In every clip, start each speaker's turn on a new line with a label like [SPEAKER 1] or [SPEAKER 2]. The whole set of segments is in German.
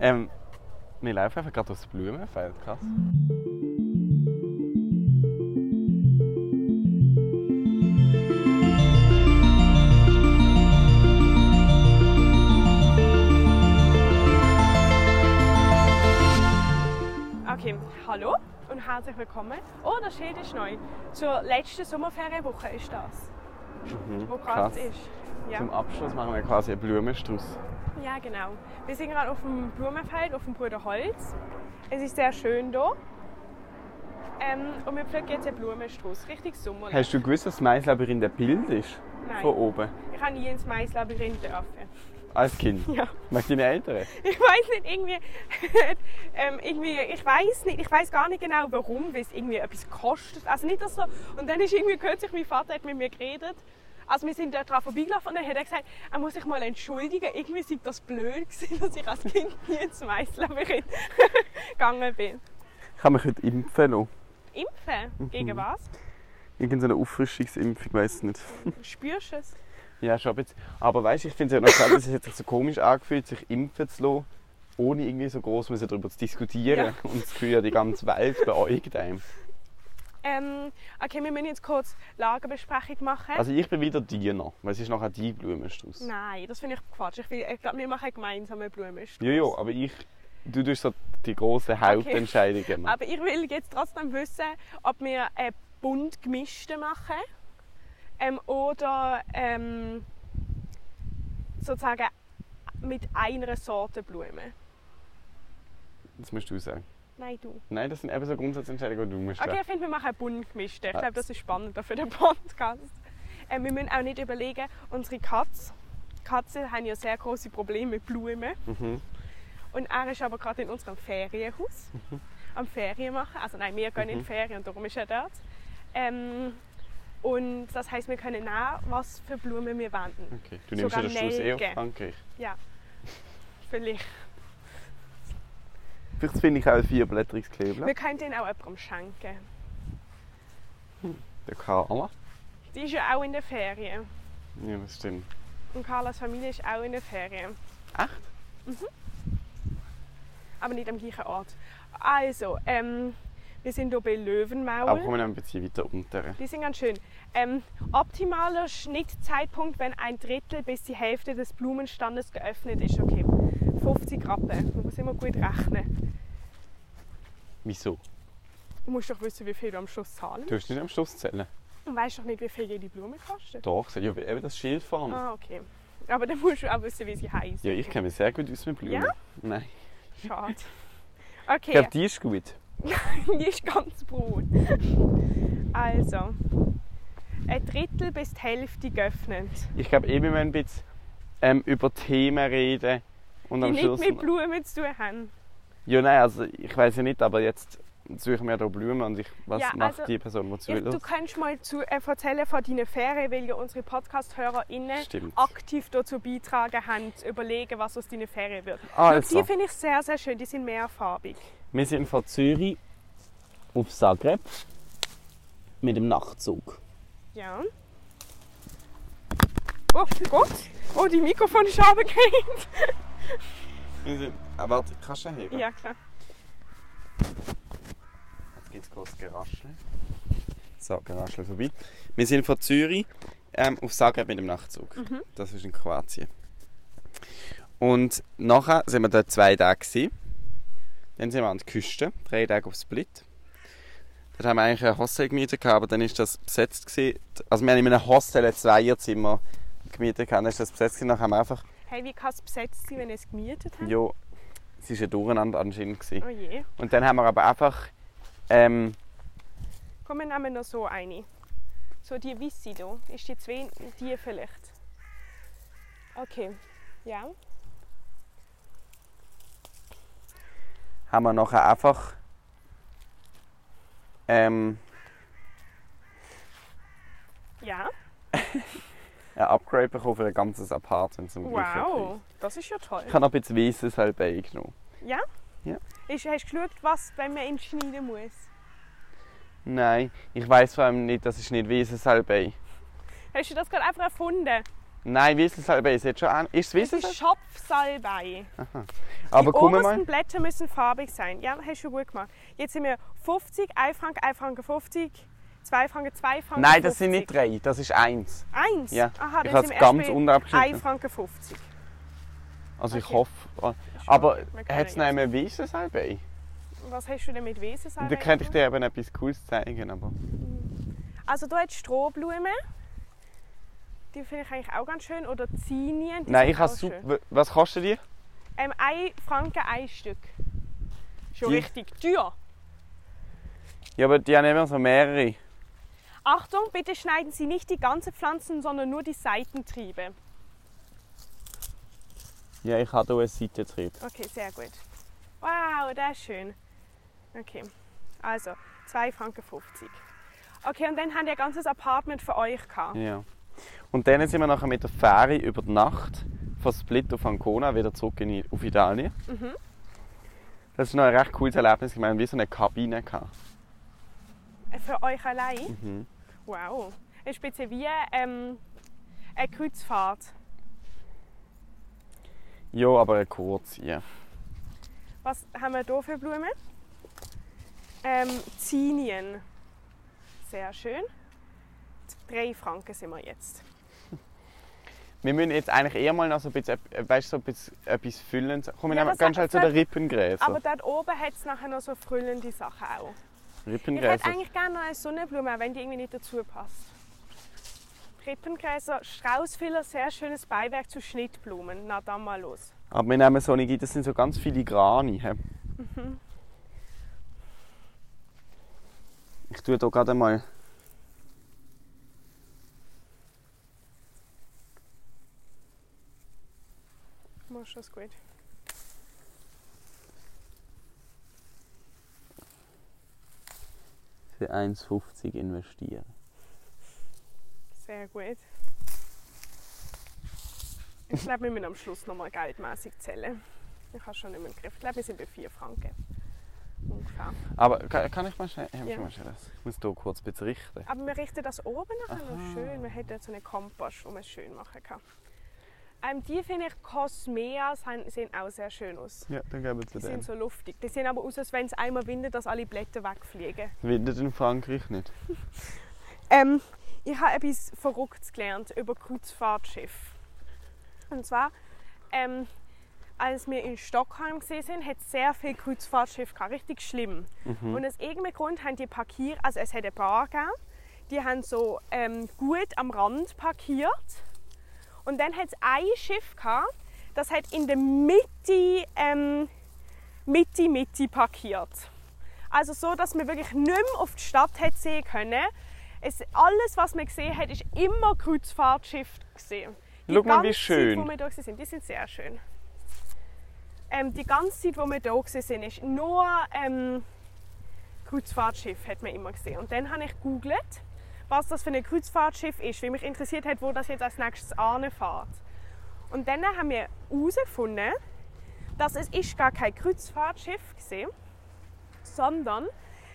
[SPEAKER 1] Ähm, wir laufen einfach gerade aufs Blumenfeld, krass.
[SPEAKER 2] Okay, hallo und herzlich willkommen. Oh, das Schild ist neu. Zur letzten Sommerferienwoche ist das, wo gerade ist. Ja.
[SPEAKER 1] Zum Abschluss machen wir quasi einen Blumenstrauß.
[SPEAKER 2] ja, genau. Wir sind gerade auf dem Blumenfeld, auf dem Bruderholz. Es ist sehr schön hier. Ähm, und wir pflücken jetzt einen Blumenstrauß. Richtig sommerlich.
[SPEAKER 1] Hast du gewusst, dass das Maislabyrinth ein Bild ist?
[SPEAKER 2] Nein.
[SPEAKER 1] Von oben.
[SPEAKER 2] Ich habe nie ins Maislabyrinth dürfen.
[SPEAKER 1] Als Kind.
[SPEAKER 2] Ja.
[SPEAKER 1] Nach deinen Eltern.
[SPEAKER 2] Ich weiß nicht, irgendwie, ähm, irgendwie ich weiß nicht, ich weiß gar nicht genau warum, weil es irgendwie etwas kostet. Also nicht dass so. Und dann ist irgendwie kürzlich mein Vater hat mit mir geredet. Also wir sind da dran vorbeigelaufen und dann hat er gesagt, er muss sich mal entschuldigen, irgendwie sei das blöd gewesen, dass ich als Kind nie ins Maislabyrinth gegangen bin.
[SPEAKER 1] Ich habe mich heute impfen lassen. Mhm.
[SPEAKER 2] Impfen? Gegen was?
[SPEAKER 1] Irgendeine Auffrischungsimpfung, ich weiß nicht.
[SPEAKER 2] Spürst du es?
[SPEAKER 1] Ja, schon ein bisschen. Aber weißt du, ich finde es ja noch krass, es hat sich so komisch angefühlt, sich impfen zu lassen, ohne irgendwie so groß müssen darüber zu diskutieren. Und das Gefühl, ja, die ganze Welt beäugt einem.
[SPEAKER 2] Äh. Ähm, okay, wir müssen jetzt kurz Lagerbesprechung machen.
[SPEAKER 1] Also ich bin wieder Diener, weil es ist nachher die Blumenstrauß.
[SPEAKER 2] Nein, das finde ich Quatsch. Ich, will- ich glaube, wir machen gemeinsam einen Blumenstrauß.
[SPEAKER 1] Ja, ja, aber ich, du tust so die grossen Hauptentscheidungen machen.
[SPEAKER 2] Aber ich will jetzt trotzdem wissen, ob wir einen bunt gemischten machen ähm, oder ähm, sozusagen mit einer Sorte Blumen.
[SPEAKER 1] Das musst du sagen.
[SPEAKER 2] Nein, du.
[SPEAKER 1] Nein, das sind eben so Grundsatzentscheidungen, die du musst
[SPEAKER 2] Okay,
[SPEAKER 1] treffen.
[SPEAKER 2] ich finde, wir machen einen bunt gemischten. Ich
[SPEAKER 1] Ja.
[SPEAKER 2] glaube, das ist spannender für den Podcast. Ähm, wir müssen auch nicht überlegen, unsere Katze, Katzen haben ja sehr große Probleme mit Blumen.
[SPEAKER 1] Mhm.
[SPEAKER 2] Und er ist aber gerade in unserem Ferienhaus am Ferien machen. Also nein, wir gehen in die Ferien und darum ist er dort. Ähm, und das heißt, wir können auch, was für Blumen wir wenden.
[SPEAKER 1] Okay. Du nimmst ja
[SPEAKER 2] Sogar
[SPEAKER 1] den Schluss eh auf
[SPEAKER 2] Nelken.
[SPEAKER 1] Frankreich.
[SPEAKER 2] Ja, vielleicht.
[SPEAKER 1] Vielleicht finde ich auch ein vierblättriges Kleeblatt.
[SPEAKER 2] Wir könnten ihn auch jemandem schenken.
[SPEAKER 1] Der Karla.
[SPEAKER 2] Die ist ja auch in der Ferien.
[SPEAKER 1] Ja, das stimmt.
[SPEAKER 2] Und Carlas Familie ist auch in der Ferien.
[SPEAKER 1] Echt?
[SPEAKER 2] Aber nicht am gleichen Ort. Also, ähm, wir sind hier bei
[SPEAKER 1] Aber
[SPEAKER 2] Löwenmaul.
[SPEAKER 1] kommen wir ein bisschen weiter unter.
[SPEAKER 2] Die sind ganz schön. Ähm, optimaler Schnittzeitpunkt, wenn ein Drittel bis die Hälfte des Blumenstandes geöffnet ist. Okay, 50 Rappen. Man muss immer gut rechnen.
[SPEAKER 1] Wieso?
[SPEAKER 2] Du musst doch wissen, wie viel du am Schluss zahlen
[SPEAKER 1] Du hast nicht am Schluss zählen.
[SPEAKER 2] Und weißt doch nicht, wie viel jede Blume kostet.
[SPEAKER 1] Doch, ja, eben das Schild vorne.
[SPEAKER 2] Ah, okay. Aber dann musst du auch wissen, wie sie heißt.
[SPEAKER 1] Ja, ich kenne mich sehr gut aus mit Blumen.
[SPEAKER 2] Ja?
[SPEAKER 1] Nein.
[SPEAKER 2] Schade.
[SPEAKER 1] Ich
[SPEAKER 2] Okay,
[SPEAKER 1] glaube, die ist gut.
[SPEAKER 2] die ist ganz braun. Also, ein Drittel bis die Hälfte geöffnet.
[SPEAKER 1] Ich glaube, eben wenn wir ein bisschen ähm, über Themen reden und
[SPEAKER 2] Die
[SPEAKER 1] am
[SPEAKER 2] nicht
[SPEAKER 1] Schluss.
[SPEAKER 2] mit Blumen zu tun haben.
[SPEAKER 1] ja, nein, also ich weiß ja nicht, aber jetzt suchen wir da Blumen und ich, was
[SPEAKER 2] Ja,
[SPEAKER 1] macht
[SPEAKER 2] also,
[SPEAKER 1] die Person, die
[SPEAKER 2] Ich, du
[SPEAKER 1] zuhört?
[SPEAKER 2] kannst mal zu, äh, erzählen von deinen Ferien, weil ja unsere Podcast-HörerInnen
[SPEAKER 1] Stimmt.
[SPEAKER 2] aktiv dazu beitragen haben, zu überlegen, was aus deinen Ferien wird.
[SPEAKER 1] Also,
[SPEAKER 2] Die finde ich sehr, sehr schön. Die sind mehrfarbig.
[SPEAKER 3] Wir sind von Zürich auf Zagreb mit dem Nachtzug.
[SPEAKER 2] Ja. Oh Gott! Oh, die Mikrofon ist runtergehängt.
[SPEAKER 1] wir sind- ah, warte, kannst du heben?
[SPEAKER 2] Ja, klar.
[SPEAKER 1] Jetzt gibt es kurz Geraschel. So, Geraschel vorbei. Wir sind von Zürich ähm, auf Zagreb mit dem Nachtzug. Das ist in Kroatien. Und nachher sind wir dort zwei Tage. Gewesen. Dann sind wir an der Küste, drei Tage auf Split. Dort haben wir eigentlich ein Hostel gemietet, gehabt, aber dann ist das besetzt. Gewesen. Also wir haben in einem Hostel ein Zweierzimmer gemietet, gehabt, dann ist das besetzt. gewesen. Dann haben wir einfach,
[SPEAKER 2] Hey, wie kann es besetzt sein, wenn ihr es gemietet habt?
[SPEAKER 1] ja, es war ein Durcheinander anscheinend. Gewesen.
[SPEAKER 2] Oh je.
[SPEAKER 1] Und dann haben wir aber einfach ähm,
[SPEAKER 2] Komm, wir nehmen noch so eine. So die Wissi hier. Ist die zwei, die vielleicht? Okay. Ja.
[SPEAKER 1] haben wir nachher einfach ähm,
[SPEAKER 2] Ja.
[SPEAKER 1] ein Upgrade bekommen für ein ganzes Apartment zum gleichen Preis.
[SPEAKER 2] Wow. Das ist ja toll.
[SPEAKER 1] Ich habe noch ein bisschen weißes halt Salbei genommen.
[SPEAKER 2] Ja?
[SPEAKER 1] Ja.
[SPEAKER 2] Ist, hast du geschaut, was wenn man ihn schneiden muss?
[SPEAKER 1] Nein, ich weiß vor allem nicht, das ist nicht weißes halt Salbei.
[SPEAKER 2] Hast du das gerade einfach erfunden?
[SPEAKER 1] Nein, Wieselsalbei ist jetzt schon an. Ist es
[SPEAKER 2] Das ist
[SPEAKER 1] Wieselsalbei?
[SPEAKER 2] Schopfsalbei.
[SPEAKER 1] Aber
[SPEAKER 2] Die
[SPEAKER 1] komm
[SPEAKER 2] obersten
[SPEAKER 1] mal.
[SPEAKER 2] Blätter müssen farbig sein. Ja, hast du gut gemacht. Jetzt sind wir 50, 1 Franken, 1 Franken 50, 2 Franken, 2 Franken
[SPEAKER 1] Nein, das sind nicht
[SPEAKER 2] 50.
[SPEAKER 1] drei, das ist eins.
[SPEAKER 2] Eins?
[SPEAKER 1] Ja,
[SPEAKER 2] Aha,
[SPEAKER 1] ich
[SPEAKER 2] dann
[SPEAKER 1] hab's
[SPEAKER 2] sind wir
[SPEAKER 1] ganz
[SPEAKER 2] erst bei
[SPEAKER 1] unten
[SPEAKER 2] 1
[SPEAKER 1] abgeschnitten.
[SPEAKER 2] Franken 50.
[SPEAKER 1] Also ich
[SPEAKER 2] Okay.
[SPEAKER 1] hoffe. Aber
[SPEAKER 2] wir können
[SPEAKER 1] hat es noch halt einen Wieselsalbei?
[SPEAKER 2] Was hast du denn mit Wesensalbei?
[SPEAKER 1] Da könnte ich dir eben etwas Cooles zeigen, aber...
[SPEAKER 2] Also du hast Strohblumen. Die finde ich eigentlich auch ganz schön. Oder Zinien. die
[SPEAKER 1] Nein,
[SPEAKER 2] sind
[SPEAKER 1] ich habe
[SPEAKER 2] auch schön.
[SPEAKER 1] super... Was kostet die?
[SPEAKER 2] Ähm, ein Franken, ein Stück. Schon
[SPEAKER 1] Die-
[SPEAKER 2] richtig teuer.
[SPEAKER 1] Ja, aber die haben immer so mehrere.
[SPEAKER 2] Achtung, bitte schneiden Sie nicht die ganze Pflanzen, sondern nur die Seitentriebe.
[SPEAKER 3] Ja, ich habe hier einen Seitentrieb.
[SPEAKER 2] Okay, sehr gut. Wow, das ist schön. Okay, also 2,50 Franken. Okay, und dann haben wir ein ganzes Apartment für euch gehabt.
[SPEAKER 1] Ja. Und dann sind wir nachher mit der Fähre über die Nacht von Split auf Ancona wieder zurück in, auf Italien.
[SPEAKER 2] Mhm.
[SPEAKER 1] Das war noch ein recht cooles Erlebnis. Ich meine, wie so eine Kabine. gehabt.
[SPEAKER 2] Äh, Für euch allein?
[SPEAKER 1] Mhm.
[SPEAKER 2] Wow. Es ist ein bisschen wie ähm, eine Kreuzfahrt.
[SPEAKER 1] Ja, aber eine kurze. Ja.
[SPEAKER 2] Was haben wir hier für Blumen? Ähm, Zinien. Sehr schön. Drei Franken sind wir jetzt.
[SPEAKER 1] Wir müssen jetzt eigentlich eher mal noch so ein bisschen, äh, weißt, so ein bisschen etwas füllen. Komm, wir
[SPEAKER 2] Ja,
[SPEAKER 1] nehmen
[SPEAKER 2] das-
[SPEAKER 1] ganz schnell zu
[SPEAKER 2] das-
[SPEAKER 1] den Rippengräsern.
[SPEAKER 2] Aber dort oben hat es nachher noch so früllende Sachen auch. Ich hätte
[SPEAKER 1] Rippengräser.
[SPEAKER 2] eigentlich gerne noch eine Sonnenblume, auch wenn die irgendwie nicht dazu passt. Rippengräser, Straußfiller, sehr schönes Beiwerk zu Schnittblumen. Na dann mal los.
[SPEAKER 1] Aber wir nehmen so eine, das sind so ganz filigrane. hä?
[SPEAKER 2] Mhm.
[SPEAKER 1] Ich tue hier gerade mal.
[SPEAKER 2] Machst du das gut?
[SPEAKER 3] Für 1,50 investieren.
[SPEAKER 2] Sehr gut. Ich glaube, wir müssen am Schluss nochmal geldmäßig zählen. Ich habe schon nicht mehr im Griff. Ich glaube, wir sind bei 4 Franken. Ungefähr.
[SPEAKER 1] Aber kann, kann ich mal schnell. Ja.
[SPEAKER 2] Ja. Ah.
[SPEAKER 1] Ich, mal schnell das. ich muss hier kurz ein bisschen richten.
[SPEAKER 2] Aber wir richten das oben nachher noch schön. Wir hätten jetzt so einen Kompass, den man schön machen kann. Ähm, die finde ich, Cosmeas haben- sehen auch sehr schön aus.
[SPEAKER 1] Ja, dann gehen wir zu
[SPEAKER 2] Die
[SPEAKER 1] dem.
[SPEAKER 2] sind so luftig. Die sehen aber aus, als wenn es einmal windet, dass alle Blätter wegfliegen.
[SPEAKER 1] Windet in Frankreich nicht.
[SPEAKER 2] Ähm, ich habe etwas Verrücktes gelernt über Kreuzfahrtschiff. Und zwar, ähm, als wir in Stockholm gesehen sind, hat es sehr viel Kreuzfahrtschiffe gehabt, richtig schlimm. Und aus irgendeinem Grund haben die parkiert, also es hat eine Bar gegeben, die haben so ähm, gut am Rand parkiert. Und dann hat es ein Schiff gehabt, das hat in der Mitte, ähm, Mitte, Mitte parkiert. Also so, dass man wirklich nicht mehr auf die Stadt hat sehen können. Es, alles, was man gesehen hat, ist immer Kreuzfahrtschiff gesehen. Die
[SPEAKER 1] Schau mal, wie
[SPEAKER 2] ganze
[SPEAKER 1] schön.
[SPEAKER 2] Zeit, wo wir da waren, die sind sehr schön. Ähm, die ganze Zeit, wo wir da waren, ist nur ähm, Kreuzfahrtschiff hat man immer gesehen. Und dann habe ich googelt, was das für ein Kreuzfahrtschiff ist, weil mich interessiert hat, wo das jetzt als nächstes anfährt. Und dann haben wir herausgefunden, dass es ist gar kein Kreuzfahrtschiff gesehen, sondern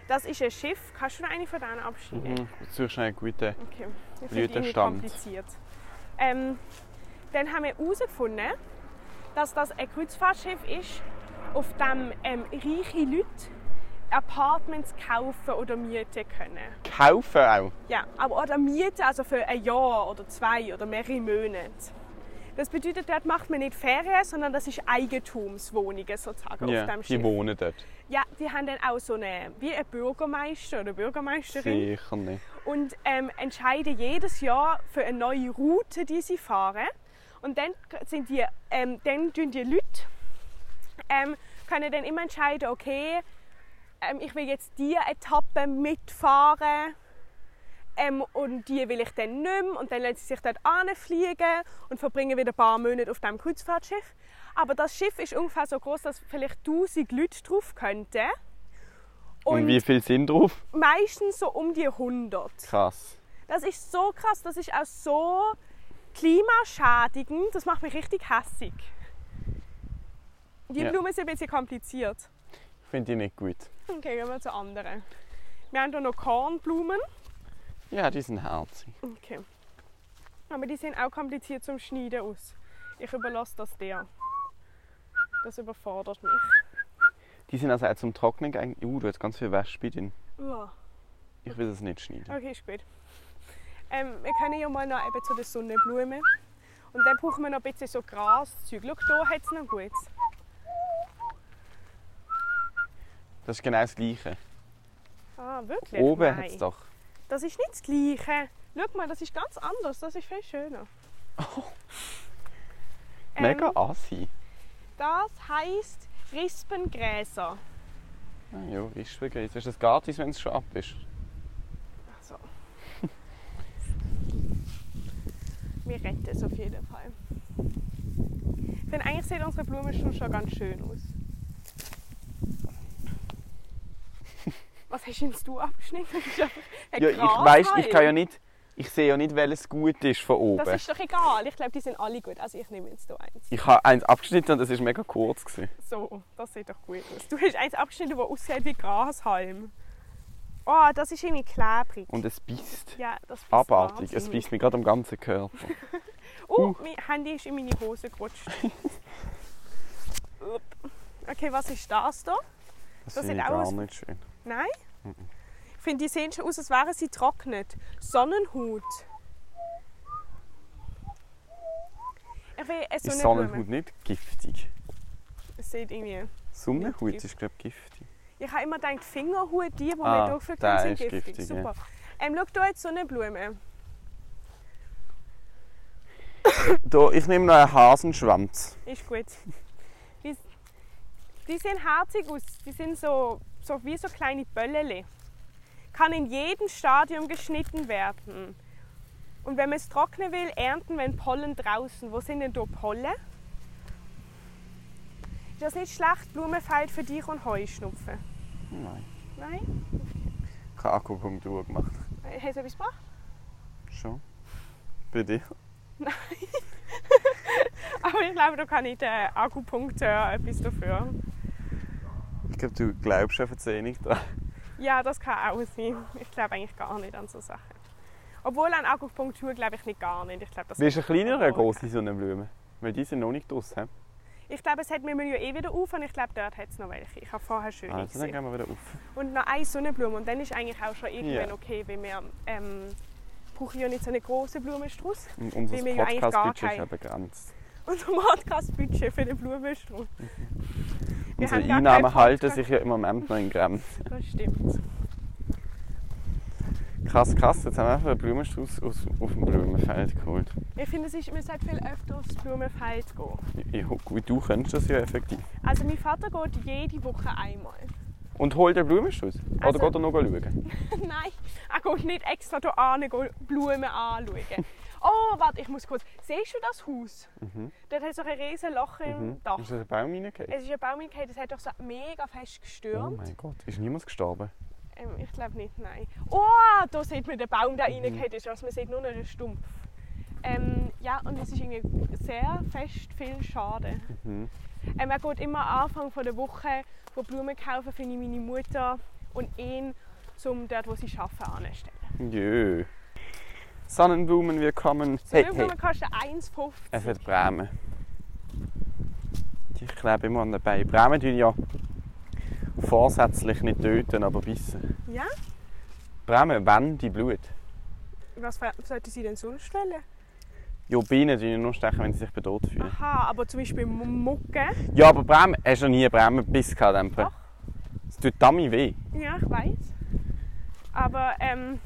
[SPEAKER 2] das ist ein Schiff. Kannst du noch eine von denen abschneiden?
[SPEAKER 1] Mhm. Such schnell einen guten.
[SPEAKER 2] Okay. Ich finde
[SPEAKER 1] Blüten
[SPEAKER 2] irgendwie
[SPEAKER 1] stammt.
[SPEAKER 2] kompliziert. Ähm, dann haben wir herausgefunden, dass das ein Kreuzfahrtschiff ist, auf dem ähm, reiche Leute Apartments kaufen oder mieten können.
[SPEAKER 1] Kaufen auch.
[SPEAKER 2] Ja, aber oder mieten, also für ein Jahr oder zwei oder mehrere Monate. Das bedeutet, dort macht man nicht Ferien, sondern das ist Eigentumswohnungen sozusagen
[SPEAKER 1] Ja,
[SPEAKER 2] auf dem
[SPEAKER 1] die
[SPEAKER 2] Schiff.
[SPEAKER 1] wohnen dort.
[SPEAKER 2] ja, die haben dann auch so eine, wie ein Bürgermeister oder Bürgermeisterin
[SPEAKER 1] Sicher nicht.
[SPEAKER 2] und ähm, entscheiden jedes Jahr für eine neue Route, die sie fahren. Und dann sind die, ähm, dann tun die Leute ähm, können dann immer entscheiden, okay, ähm, ich will jetzt die Etappe mitfahren. Ähm, und die will ich dann nicht mehr. Und dann lassen sie sich dort anfliegen und verbringen wieder ein paar Monate auf diesem Kreuzfahrtschiff. Aber das Schiff ist ungefähr so groß, dass vielleicht 1000 Leute drauf könnten.
[SPEAKER 1] Und,
[SPEAKER 2] Und,
[SPEAKER 1] wie viel sind drauf?
[SPEAKER 2] meistens so um die 100.
[SPEAKER 1] Krass.
[SPEAKER 2] Das ist so krass, das ist auch so klimaschädigend, das macht mich richtig hässig. Die
[SPEAKER 1] Ja.
[SPEAKER 2] Blume ist ein bisschen kompliziert.
[SPEAKER 1] Ich finde die nicht gut.
[SPEAKER 2] Okay, gehen wir zu anderen. Wir haben hier noch Kornblumen.
[SPEAKER 1] Ja, die sind herzig.
[SPEAKER 2] Okay. Aber die sehen auch kompliziert zum Schneiden aus. Ich überlasse das dir. Das überfordert mich.
[SPEAKER 1] Die sind also auch zum Trocknen geeignet. Uh, du hast ganz viel Wespe drin.
[SPEAKER 2] Uah.
[SPEAKER 1] Ich will das nicht schneiden.
[SPEAKER 2] Okay, ist gut. Ähm, wir können ja mal noch eben zu der Sonnenblume. Und dann brauchen wir noch ein bisschen so Graszeug. Schau, hier hat es noch gut.
[SPEAKER 1] Das ist genau das Gleiche.
[SPEAKER 2] Ah, wirklich?
[SPEAKER 1] Oben
[SPEAKER 2] Nein.
[SPEAKER 1] hat es doch.
[SPEAKER 2] Das ist nicht das Gleiche. Schau mal, das ist ganz anders. Das ist viel schöner. Ähm,
[SPEAKER 1] Mega assi.
[SPEAKER 2] Das heisst Rispengräser.
[SPEAKER 1] Ah, ja, Rispengräser. Ist das gratis, wenn es schon ab ist?
[SPEAKER 2] So. Wir retten es auf jeden Fall. Denn eigentlich sieht unsere Blume schon, schon ganz schön aus. Was hast denn du abgeschnitten? Das ist einfach ein
[SPEAKER 1] Ja, ich
[SPEAKER 2] Gras
[SPEAKER 1] weiß, ich
[SPEAKER 2] halt.
[SPEAKER 1] kann ja nicht. Ich sehe ja nicht, welches gut ist von
[SPEAKER 2] Das
[SPEAKER 1] oben.
[SPEAKER 2] ist doch egal. Ich glaube, die sind alle gut. Also ich nehme jetzt hier eins.
[SPEAKER 1] Ich habe eins abgeschnitten und das war mega kurz. Gewesen.
[SPEAKER 2] So, das sieht doch gut aus. Du hast eins abgeschnitten, das aussieht wie Grashalm. Oh, das ist irgendwie klebrig.
[SPEAKER 1] Und es beißt.
[SPEAKER 2] Ja, das beißt
[SPEAKER 1] Abartig. Es
[SPEAKER 2] wahnsinnig.
[SPEAKER 1] beißt mir gerade am ganzen Körper.
[SPEAKER 2] Oh, mein Handy ist in meine Hose gerutscht. Upp. okay, was ist das da?
[SPEAKER 1] Das,
[SPEAKER 2] Das
[SPEAKER 1] finde
[SPEAKER 2] sieht
[SPEAKER 1] ich
[SPEAKER 2] auch
[SPEAKER 1] gar
[SPEAKER 2] aus-
[SPEAKER 1] nicht schön.
[SPEAKER 2] Nein?
[SPEAKER 1] Mhm.
[SPEAKER 2] Ich finde, die sehen schon aus, als wären sie trocknet. Sonnenhut. Ich will äh, eine
[SPEAKER 1] Ist
[SPEAKER 2] Sonnenblume.
[SPEAKER 1] Sonnenhut nicht giftig?
[SPEAKER 2] Es sieht irgendwie.
[SPEAKER 1] Sonnenhut
[SPEAKER 2] giftig.
[SPEAKER 1] ist, glaube ich, giftig.
[SPEAKER 2] Ich habe immer gedacht, Fingerhut, die, die
[SPEAKER 1] Ah,
[SPEAKER 2] wir durchgeführt
[SPEAKER 1] der
[SPEAKER 2] haben, sind
[SPEAKER 1] ist
[SPEAKER 2] giftig.
[SPEAKER 1] giftig, ja.
[SPEAKER 2] Super. Ähm, schau, hier hat Sonnenblume.
[SPEAKER 1] Da, ich nehme noch einen Hasenschwanz.
[SPEAKER 2] Ist gut. Die, die sehen herzig aus. Die sind so, so wie so kleine Böllele. Kann in jedem Stadium geschnitten werden. Und wenn man es trocknen will, ernten wir den Pollen draußen. Wo sind denn da Pollen? Ist das nicht schlecht, Blumenfeld für dich und Heuschnupfen?
[SPEAKER 1] Nein.
[SPEAKER 2] Nein?
[SPEAKER 1] Ich habe Akupunktur gemacht.
[SPEAKER 2] Hast du etwas gebracht?
[SPEAKER 1] Schon. Bei dir?
[SPEAKER 2] Aber ich glaube, da kann nicht der Akupunkteur etwas dafür.
[SPEAKER 1] Ich glaube, du glaubst einfach zu wenig dran.
[SPEAKER 2] Ja, das kann auch sein. Ich glaube eigentlich gar nicht an so Sachen. Obwohl an Akupunktur glaube ich nicht gar nicht. Ich glaube, das
[SPEAKER 1] Willst du eine kleine oder eine grosse Sonnenblume? Weil die sind noch nicht draussen. hä?
[SPEAKER 2] Ich glaube, es hat wir müssen ja eh wieder auf und ich glaube, dort hat es noch welche. Ich habe vorher schön
[SPEAKER 1] Also, dann
[SPEAKER 2] gesehen.
[SPEAKER 1] gehen wir wieder auf.
[SPEAKER 2] Und noch eine Sonnenblume und dann ist eigentlich auch schon irgendwann
[SPEAKER 1] Ja.
[SPEAKER 2] okay, weil wir ähm, brauchen ja nicht so einen grossen Blumenstrauß.
[SPEAKER 1] Und
[SPEAKER 2] Weil
[SPEAKER 1] unser
[SPEAKER 2] wir ja eigentlich gar
[SPEAKER 1] Podcast-Budget ist
[SPEAKER 2] kein-
[SPEAKER 1] ja begrenzt.
[SPEAKER 2] Und um hat das Budget für den Blumenstrauß. Wir
[SPEAKER 1] Unsere
[SPEAKER 2] haben gar
[SPEAKER 1] Einnahmen
[SPEAKER 2] keinen
[SPEAKER 1] halten
[SPEAKER 2] Podcast.
[SPEAKER 1] sich ja im Moment noch in Grenzen.
[SPEAKER 2] Das stimmt.
[SPEAKER 1] Krass, krass, jetzt haben wir einfach einen Blumenstrauß aus, auf dem Blumenfeld geholt.
[SPEAKER 2] Ich finde, es ist, man sollte viel öfter aufs Blumenfeld gehen.
[SPEAKER 1] Ja, gut, du könntest das ja effektiv.
[SPEAKER 2] Also mein Vater geht jede Woche einmal.
[SPEAKER 1] Und hol den Blumenstrauß. Oder
[SPEAKER 2] Also-
[SPEAKER 1] geht er noch schauen?
[SPEAKER 2] Nein, er geht nicht extra hier an, geht Blumen anschauen. Oh, warte, ich muss kurz. Siehst du das Haus? Dort hat es doch ein riesen Loch im
[SPEAKER 1] Mhm.
[SPEAKER 2] Dach.
[SPEAKER 1] Ist das ein Baum reingefallen?
[SPEAKER 2] Es ist ein Baum hingefallen, das hat doch so mega fest
[SPEAKER 1] Oh
[SPEAKER 2] gestürmt.
[SPEAKER 1] mein Gott, ist niemand gestorben?
[SPEAKER 2] ähm, ich glaube nicht, nein. Oh, da sieht man den Baum,
[SPEAKER 1] Mhm.
[SPEAKER 2] der reingefallen ist. Also man sieht nur noch einen Stumpf. Ähm, ja, und es ist irgendwie sehr fest viel Schaden.
[SPEAKER 1] Mhm.
[SPEAKER 2] Ähm, er geht immer am Anfang von der Woche, wo Blumen kaufen, finde ich meine Mutter und ihn zum dort, wo sie arbeiten, anstellen.
[SPEAKER 1] Jö. Sonnenblumen, wir kommen.
[SPEAKER 2] So
[SPEAKER 1] Hey,
[SPEAKER 2] hey,
[SPEAKER 1] hey, Äh,
[SPEAKER 2] kostet 1,50.
[SPEAKER 1] es hat Bremen. Ich klebe immer an den Beinen. Bremen tun ja vorsätzlich nicht töten, aber bissen.
[SPEAKER 2] Ja?
[SPEAKER 1] Bremen wollen die Blut.
[SPEAKER 2] Was für- sollte sie denn sonst wählen?
[SPEAKER 1] Ja, Bienen tun ja nur stechen, wenn sie sich bedroht fühlen.
[SPEAKER 2] Aha, aber zum Beispiel M- Mucke.
[SPEAKER 1] Ja, aber Bremen, hast du noch nie einen Bremenbiss gehabt? Dämpfer?
[SPEAKER 2] Doch.
[SPEAKER 1] Es tut Dummy weh.
[SPEAKER 2] Ja, ich weiß. Aber ähm,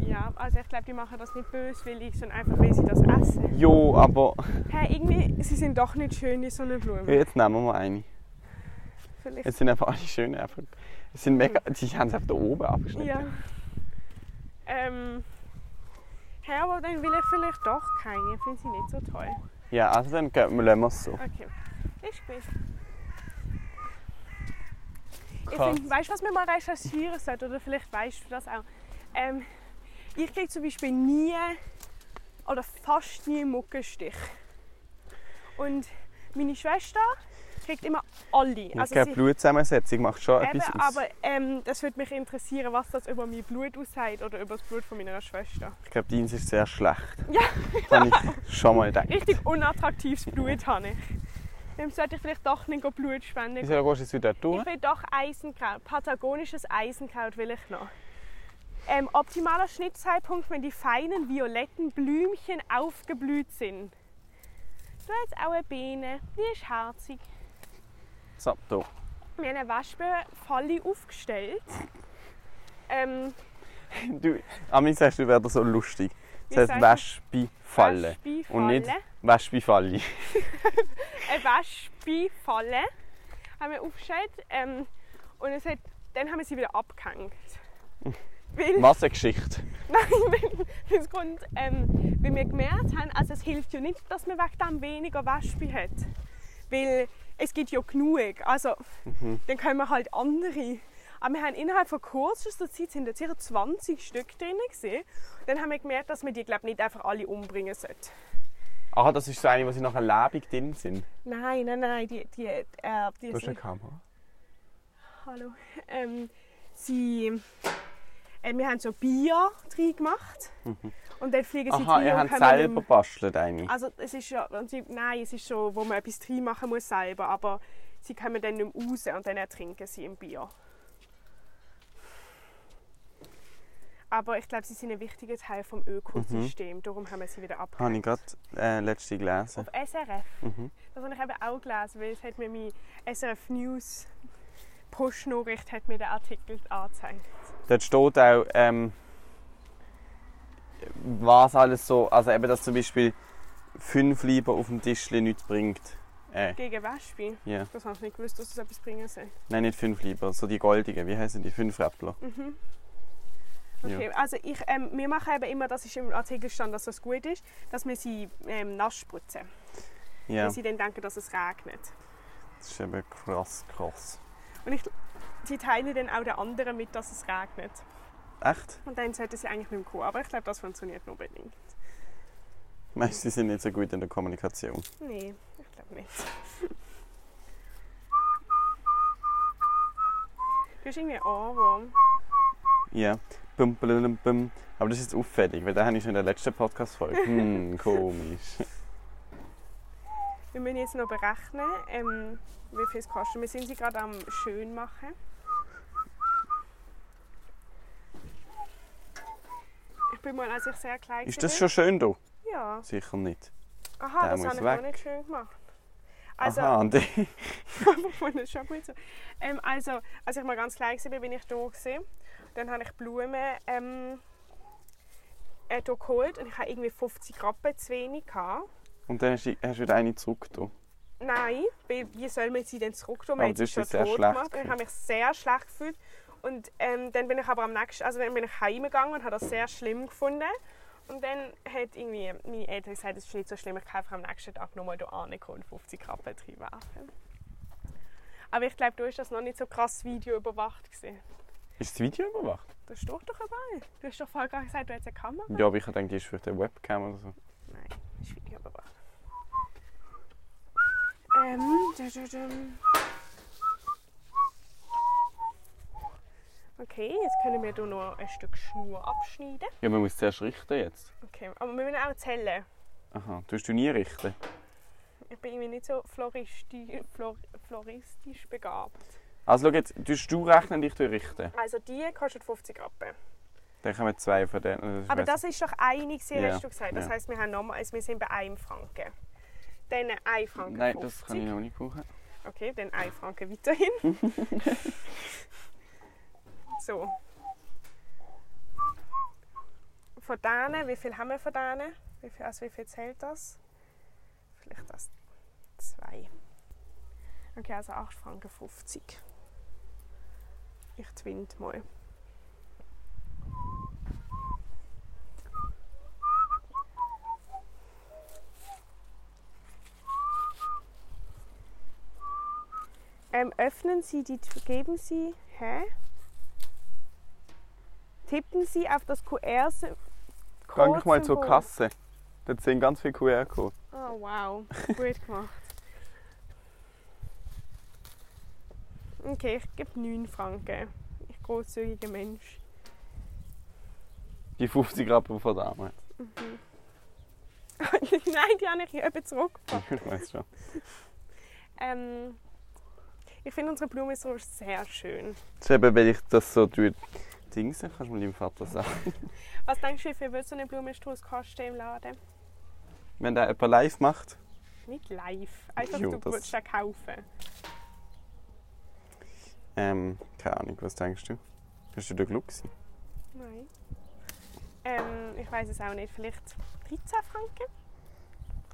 [SPEAKER 2] ja, also ich glaube, die machen das nicht böswillig, sondern einfach, weil sie das essen.
[SPEAKER 1] Jo, aber
[SPEAKER 2] Hey, irgendwie, sie sind doch nicht schön, die Sonnenblumen.
[SPEAKER 1] jetzt nehmen wir mal eine.
[SPEAKER 2] Vielleicht.
[SPEAKER 1] Jetzt sind einfach alle schön. Einfach. Es sind mega, die haben es einfach da oben abgeschnitten.
[SPEAKER 2] Ja. Ähm, hey, aber dann will ich vielleicht doch keine. Ich finde sie nicht so toll.
[SPEAKER 1] Ja, also dann gehen wir- lassen wir es so.
[SPEAKER 2] Okay, ist gut. Ich
[SPEAKER 1] Krass.
[SPEAKER 2] find, weißt du, was man mal recherchieren sollte? Oder vielleicht weißt du das auch. Ähm, ich kriege zum Beispiel nie oder fast nie einen Muckenstich. Und meine Schwester kriegt immer alle.
[SPEAKER 1] Also die Blutzusammensetzung macht schon
[SPEAKER 2] eben,
[SPEAKER 1] etwas aus.
[SPEAKER 2] aber ähm, das würde mich interessieren, was das über mein Blut aussagt oder über das Blut von meiner Schwester.
[SPEAKER 1] ich glaube, deins ist sehr schlecht.
[SPEAKER 2] Ja,
[SPEAKER 1] Kann ich schon mal denken.
[SPEAKER 2] Richtig unattraktives Blut habe ich. Dann sollte ich vielleicht doch nicht Blut spenden.
[SPEAKER 1] Wieso gehst du jetzt wieder
[SPEAKER 2] Ich
[SPEAKER 1] durch?
[SPEAKER 2] will doch Eisenkraut, patagonisches Eisenkraut will ich noch. Ähm, optimaler Schnittzeitpunkt, wenn die feinen violetten Blümchen aufgeblüht sind. Da jetzt auch eine Biene, die ist herzig.
[SPEAKER 1] So, da.
[SPEAKER 2] Wir haben eine Waschbärenfalle aufgestellt. Ähm,
[SPEAKER 1] Du, Amin sagst du, wäre so lustig.
[SPEAKER 2] Wie
[SPEAKER 1] Das heißt
[SPEAKER 2] sagst du?
[SPEAKER 1] Wespe-Falle.
[SPEAKER 2] Waschbeifalle.
[SPEAKER 1] Und nicht Wespe-Falle.
[SPEAKER 2] eine Waschbeifalle haben wir aufgestellt. Ähm, und es hat, dann haben wir sie wieder abgehängt. Weil-
[SPEAKER 1] Was eine Geschichte.
[SPEAKER 2] Nein, weil- aus Grund, ähm, weil wir gemerkt haben, also es hilft ja nicht, dass man wegen dem weniger Wespen hat. Weil es gibt ja genug. Also
[SPEAKER 1] Mhm.
[SPEAKER 2] dann können wir halt andere. Aber wir haben innerhalb von kürzester Zeit sind jetzt sicher 20 Stück drin gesehen. Dann haben wir gemerkt, dass wir die glaube nicht einfach alle umbringen sollten.
[SPEAKER 1] Ah, das ist so eine, wo sie nachher lebendig drin sind.
[SPEAKER 2] Nein, nein, nein, die, die, äh, die
[SPEAKER 1] Du hast eine
[SPEAKER 2] sind,
[SPEAKER 1] Kamera.
[SPEAKER 2] hallo, ähm, sie, äh, wir haben so Bier drin gemacht und dann fliegen sie
[SPEAKER 1] Mhm. Aha,
[SPEAKER 2] drin
[SPEAKER 1] ihr
[SPEAKER 2] und
[SPEAKER 1] habt
[SPEAKER 2] kommen nicht
[SPEAKER 1] selber
[SPEAKER 2] mehr-
[SPEAKER 1] bastelt eine.
[SPEAKER 2] Also es ist ja, und sie, nein, es ist schon, wo man etwas drin machen muss selber, aber sie kommen dann nicht mehr raus und dann ertrinken sie im Bier. Aber ich glaube, sie sind ein wichtiger Teil vom Ökosystem, darum haben wir sie wieder ab.
[SPEAKER 1] Habe ich gerade äh, letzte gelesen. Mhm.
[SPEAKER 2] Auf SRF. Das habe ich eben auch gelesen, weil es hat mir mein SRF News Push-Nachricht hat mir den Artikel angezeigt.
[SPEAKER 1] Dort steht auch, ähm, was alles so, also eben, dass zum Beispiel fünf Lieber auf dem Tisch nichts bringt. Äh,
[SPEAKER 2] Gegen Wespen.
[SPEAKER 1] ja.
[SPEAKER 2] Das habe ich nicht gewusst, dass es das etwas bringen soll.
[SPEAKER 1] Nein, nicht fünf Lieber, so die goldigen, wie heißen die? Fünf Räppler.
[SPEAKER 2] Mhm. Okay, also ich, ähm, wir machen eben immer, das ist im Artikel stand, dass das gut ist, dass wir sie ähm, nass spritzen,
[SPEAKER 1] Ja,
[SPEAKER 2] weil sie dann denken, dass es regnet.
[SPEAKER 1] das ist eben krass, krass.
[SPEAKER 2] Und ich, sie teilen dann auch den anderen mit, dass es regnet.
[SPEAKER 1] Echt?
[SPEAKER 2] Und dann sollten sie eigentlich nicht mehr kommen, aber ich glaube, das funktioniert nur bedingt.
[SPEAKER 1] Meinst du, sie sind nicht so gut in der Kommunikation?
[SPEAKER 2] Nee, ich glaube nicht. Du hast irgendwie einen Ohrwurm.
[SPEAKER 1] Ja. Bum, blum, bum. Aber das ist jetzt auffällig, weil da habe ich schon in der letzten Podcast-Folge. Hm, komisch.
[SPEAKER 2] Wir müssen jetzt noch berechnen, ähm, wie viel es kostet. Wir sind sie gerade am schön machen. Ich bin mal, als ich sehr klein
[SPEAKER 1] Ist das
[SPEAKER 2] war-
[SPEAKER 1] schon schön da?
[SPEAKER 2] Ja.
[SPEAKER 1] Sicher nicht.
[SPEAKER 2] Aha,
[SPEAKER 1] Der
[SPEAKER 2] das
[SPEAKER 1] muss
[SPEAKER 2] habe ich noch
[SPEAKER 1] weg.
[SPEAKER 2] nicht schön gemacht. Also,
[SPEAKER 1] Aha, und
[SPEAKER 2] Und das ist schon gut so. Ähm, also, als ich mal ganz klein war, bin ich da. Gewesen. Dann habe ich Blumen ähm, äh, hier geholt und ich hatte irgendwie 50 Rappen zu wenig. Gehabt.
[SPEAKER 1] Und dann hast du, hast du wieder eine zurückgetan.
[SPEAKER 2] Nein, weil wie soll man sie denn zurücktun?
[SPEAKER 1] Aber
[SPEAKER 2] Man hat sie
[SPEAKER 1] Oh, das
[SPEAKER 2] schon
[SPEAKER 1] ist sehr
[SPEAKER 2] tot
[SPEAKER 1] schlecht
[SPEAKER 2] gemacht. Ich
[SPEAKER 1] gefühlt.
[SPEAKER 2] habe mich sehr schlecht gefühlt. Und ähm, dann bin ich aber am nächsten, also dann bin ich heimgegangen und habe das sehr schlimm gefunden. Und dann hat irgendwie meine Eltern gesagt, es ist nicht so schlimm, ich kann einfach am nächsten Tag nochmal hier ankommen und 50 Rappen reinwerfen. Aber ich glaube, du hast das noch nicht so krass Video überwacht gesehen.
[SPEAKER 1] Ist das Video überwacht?
[SPEAKER 2] Das steht doch überall. Du hast doch vorher gerade gesagt, du hast eine Kamera.
[SPEAKER 1] Ja, aber ich denke, die ist für die Webcam oder so.
[SPEAKER 2] Nein, das ist Video überwacht. Ähm, da, da, da. Okay, jetzt können wir hier noch ein Stück Schnur abschneiden.
[SPEAKER 1] Ja, man muss zuerst richten jetzt.
[SPEAKER 2] Okay, aber wir müssen auch zählen.
[SPEAKER 1] Aha, tust du nie richten?
[SPEAKER 2] Ich bin irgendwie nicht so floristi flor floristisch begabt.
[SPEAKER 1] Also schau jetzt, tust du rechnen und ich tue richten.
[SPEAKER 2] Also die kostet 50 Rappen.
[SPEAKER 1] Dann kommen zwei von denen.
[SPEAKER 2] Aber das ist doch eine, gewesen,
[SPEAKER 1] Ja,
[SPEAKER 2] hast du gesagt. Das
[SPEAKER 1] ja.
[SPEAKER 2] heisst, wir, haben noch mal, also wir sind bei einem Franken. Dann 1 Franken
[SPEAKER 1] Nein, das
[SPEAKER 2] 50.
[SPEAKER 1] kann ich noch nicht brauchen.
[SPEAKER 2] Okay, dann ein Franken weiterhin. so. Von denen, wie viel haben wir von denen? Wie viel, also wie viel zählt das? Vielleicht das zwei. Okay, also 8 Franken 50. Ich twint mal. Ähm, öffnen Sie die, Tür- geben Sie, hä? Tippen Sie auf das QR-Symbol.
[SPEAKER 1] Geh ich mal zur Kasse. Dort sind ganz viele QR-Codes.
[SPEAKER 2] Oh wow, gut gemacht. Okay, ich gebe 9 Franken. Ich großzügiger Mensch.
[SPEAKER 1] Die 50 Rappen von damals.
[SPEAKER 2] Nein, die habe ich eben zurückgebracht.
[SPEAKER 1] Ich weiß schon.
[SPEAKER 2] Ähm, ich finde unsere Blume so sehr schön.
[SPEAKER 1] Das ist eben, wenn ich das so durch Dings, dann kannst du meinem Vater sagen.
[SPEAKER 2] Was denkst du, wie viel wird so eine Blumenstrauß kosten im Laden?
[SPEAKER 1] Wenn der jemand live macht,
[SPEAKER 2] Nicht live. Einfach,
[SPEAKER 1] Jo,
[SPEAKER 2] du
[SPEAKER 1] das-
[SPEAKER 2] würdest den kaufen.
[SPEAKER 1] ähm, keine Ahnung, was denkst du? Bist du der Glück gewesen?
[SPEAKER 2] Nein. Ähm, ich weiß es auch nicht. Vielleicht 13 Franken?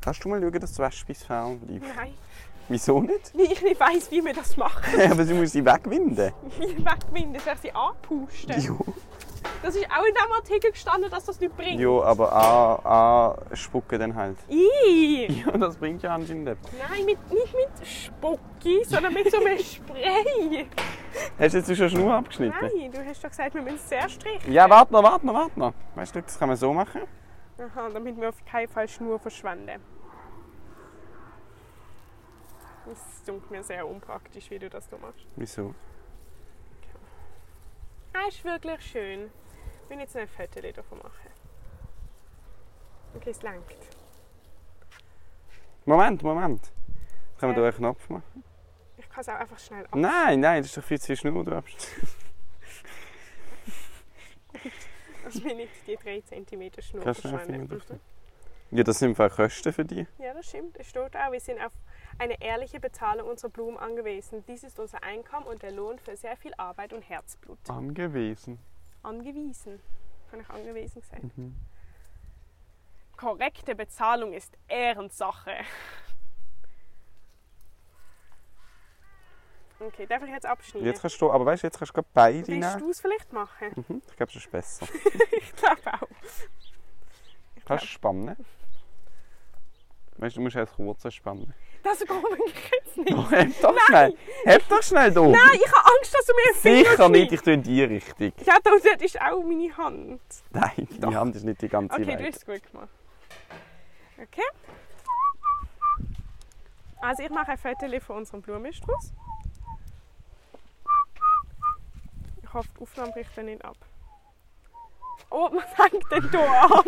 [SPEAKER 1] Kannst du mal schauen, dass du Waschbis fern bleibst?
[SPEAKER 2] Nein.
[SPEAKER 1] Wieso nicht?
[SPEAKER 2] Weil Ich nicht weiss, wie wir das machen.
[SPEAKER 1] Aber sie muss sie wegwinden.
[SPEAKER 2] Wie wegwinden, dass ich sie anpusten.
[SPEAKER 1] Jo.
[SPEAKER 2] Das ist auch in diesem Artikel gestanden, dass das nicht bringt.
[SPEAKER 1] Jo, aber a, a spucken dann halt.
[SPEAKER 2] Ii.
[SPEAKER 1] Ja, das bringt ja anscheinend etwas.
[SPEAKER 2] Nein, mit, nicht mit Spucki, sondern mit so einem Spray.
[SPEAKER 1] Hast du jetzt schon Schnur abgeschnitten?
[SPEAKER 2] Nein, du hast doch gesagt, wir müssen es sehr strichen.
[SPEAKER 1] Ja, warte noch, warte noch, warte noch. Weißt du, das kann man so machen.
[SPEAKER 2] Aha, damit wir auf keinen Fall Schnur verschwenden. Das klingt mir sehr unpraktisch, wie du das da machst.
[SPEAKER 1] Wieso?
[SPEAKER 2] Ah, ist wirklich schön. Ich will jetzt noch ein Foto davon machen. Okay, es langt.
[SPEAKER 1] Moment, Moment. Kann man
[SPEAKER 2] Ja.
[SPEAKER 1] da einen Knopf machen?
[SPEAKER 2] Ich kann es auch einfach schnell ab.
[SPEAKER 1] Nein, nein, das ist doch viel zu viel Schnur, du abschneidest.
[SPEAKER 2] Dass wir nicht Also die 3 cm Schnur
[SPEAKER 1] Kannst du einfach
[SPEAKER 2] verschwenden.
[SPEAKER 1] immer drauf
[SPEAKER 2] Mhm.
[SPEAKER 1] Ja, das sind im Fall Kosten für dich.
[SPEAKER 2] Ja, das stimmt. Es steht auch, wir sind auf eine ehrliche Bezahlung unserer Blumen angewiesen. Dies ist unser Einkommen und der Lohn für sehr viel Arbeit und Herzblut.
[SPEAKER 1] Ah. Angewiesen.
[SPEAKER 2] Angewiesen. Kann ich angewiesen sein?
[SPEAKER 1] Mhm.
[SPEAKER 2] Korrekte Bezahlung ist Ehrensache. Okay, darf ich jetzt abschneiden?
[SPEAKER 1] Jetzt kannst du, aber weißt du, jetzt kannst du gerade beide
[SPEAKER 2] Willst
[SPEAKER 1] nehmen.
[SPEAKER 2] du es vielleicht machen?
[SPEAKER 1] Mhm, ich glaube, das ist besser.
[SPEAKER 2] Ich glaube auch.
[SPEAKER 1] Kannst du spannen? Weißt du, du musst erst kurz spannen.
[SPEAKER 2] Das glaube ich jetzt nicht.
[SPEAKER 1] Oh, heb doch schnell! Heb Halt doch schnell da!
[SPEAKER 2] Nein, ich habe Angst, dass du mir einen Finger
[SPEAKER 1] Sicher nicht,
[SPEAKER 2] schneidest.
[SPEAKER 1] ich tue in die Richtung.
[SPEAKER 2] Ich glaube, das ist auch meine Hand.
[SPEAKER 1] Nein, die Hand ist nicht die ganze
[SPEAKER 2] Okay,
[SPEAKER 1] Welt.
[SPEAKER 2] du hast es gut gemacht. Okay. Also ich mache ein Foto von unserem Blumenstrauß. Ich hoffe, die Aufnahme bricht dann nicht ab. Oh, man hängt den hier ab.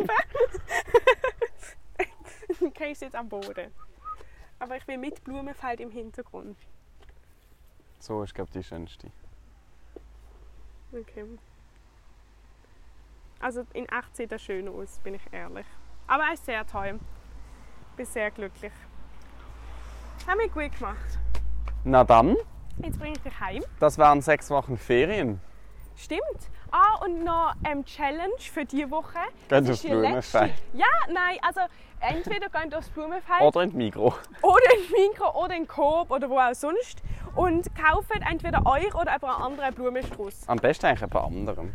[SPEAKER 2] Dann kriege ich es jetzt am Boden. Aber ich will mit Blumenfeld im Hintergrund.
[SPEAKER 1] So ist, glaube ich, die schönste.
[SPEAKER 2] Okay. Also in echt sieht er schön aus, bin ich ehrlich. Aber er ist sehr teuer. Bin sehr glücklich. Haben wir gut gemacht.
[SPEAKER 1] Na dann,
[SPEAKER 2] Jetzt bringe ich dich heim.
[SPEAKER 1] das waren sechs Wochen Ferien.
[SPEAKER 2] Stimmt. Ah, und noch ähm, Challenge für diese Woche.
[SPEAKER 1] Geht
[SPEAKER 2] Das
[SPEAKER 1] aufs
[SPEAKER 2] ist die letzte.
[SPEAKER 1] Blumenfeld.
[SPEAKER 2] Ja, nein, also entweder geht ihr aufs Blumenfeld
[SPEAKER 1] Oder in die Mikro.
[SPEAKER 2] oder in Mikro oder in Coop oder wo auch sonst und kauft entweder euch oder aber einen anderen Blumenstrauß.
[SPEAKER 1] Am besten eigentlich bei anderen.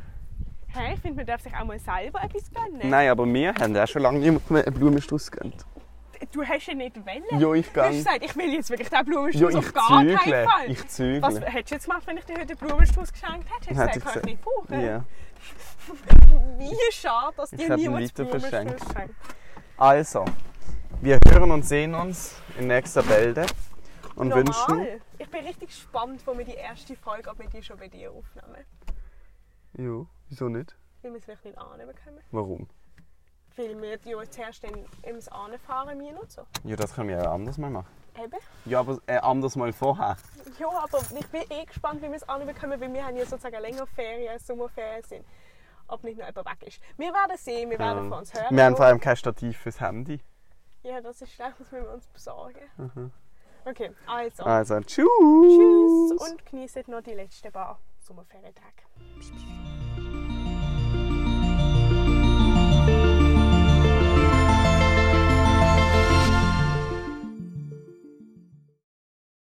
[SPEAKER 2] Hä, ich finde, man darf sich auch mal selber etwas gönnen.
[SPEAKER 1] Nein, aber wir haben ja schon lange niemand mehr einen Blumenstrauß gegönnt.
[SPEAKER 2] Du hast ja nicht wollen.
[SPEAKER 1] Ja, ich
[SPEAKER 2] Du hast
[SPEAKER 1] gönne.
[SPEAKER 2] gesagt, ich will jetzt wirklich diesen
[SPEAKER 1] Ja,
[SPEAKER 2] Blumenstrauß
[SPEAKER 1] ich
[SPEAKER 2] auf gar keinen
[SPEAKER 1] zügle.
[SPEAKER 2] Fall.
[SPEAKER 1] Ich zügle.
[SPEAKER 2] Was hättest du jetzt gemacht, wenn ich dir heute einen Blumenstrauß geschenkt hätte? Hättest du
[SPEAKER 1] Hätte
[SPEAKER 2] gesagt, kann ich
[SPEAKER 1] ich
[SPEAKER 2] nicht brauchen.
[SPEAKER 1] Ja.
[SPEAKER 2] Wie schade, dass dir
[SPEAKER 1] habe ihn
[SPEAKER 2] niemand
[SPEAKER 1] weiter
[SPEAKER 2] Blumenstrauß
[SPEAKER 1] verschenkt.
[SPEAKER 2] schenkt.
[SPEAKER 1] Also, wir hören und sehen uns in nächster Bälde und wünschen.
[SPEAKER 2] Normal. Ich bin richtig gespannt, wo wir die erste Folge, ob wir die schon bei dir aufnehmen.
[SPEAKER 1] Ja, wieso nicht?
[SPEAKER 2] Weil wir es vielleicht nicht annehmen können.
[SPEAKER 1] Warum?
[SPEAKER 2] Weil wir die ja zuerst dann ins Anfahren müssen und so.
[SPEAKER 1] Ja, das können wir ja anders mal machen.
[SPEAKER 2] Eben.
[SPEAKER 1] Ja, aber äh, anders mal vorher.
[SPEAKER 2] Ja, aber ich bin eh gespannt, wie wir es anbekommen, weil wir haben ja sozusagen länger Ferien, als Sommerferien sind. Ob nicht noch jemand weg ist. Wir werden sehen, wir werden von uns hören.
[SPEAKER 1] Wir haben vor
[SPEAKER 2] Ja.
[SPEAKER 1] allem kein Stativ fürs Handy.
[SPEAKER 2] Ja, das ist schlecht, das müssen wir uns besorgen. Okay, also.
[SPEAKER 1] Also, tschüss!
[SPEAKER 2] Tschüss und genießt noch die letzten paar Sommerferientage.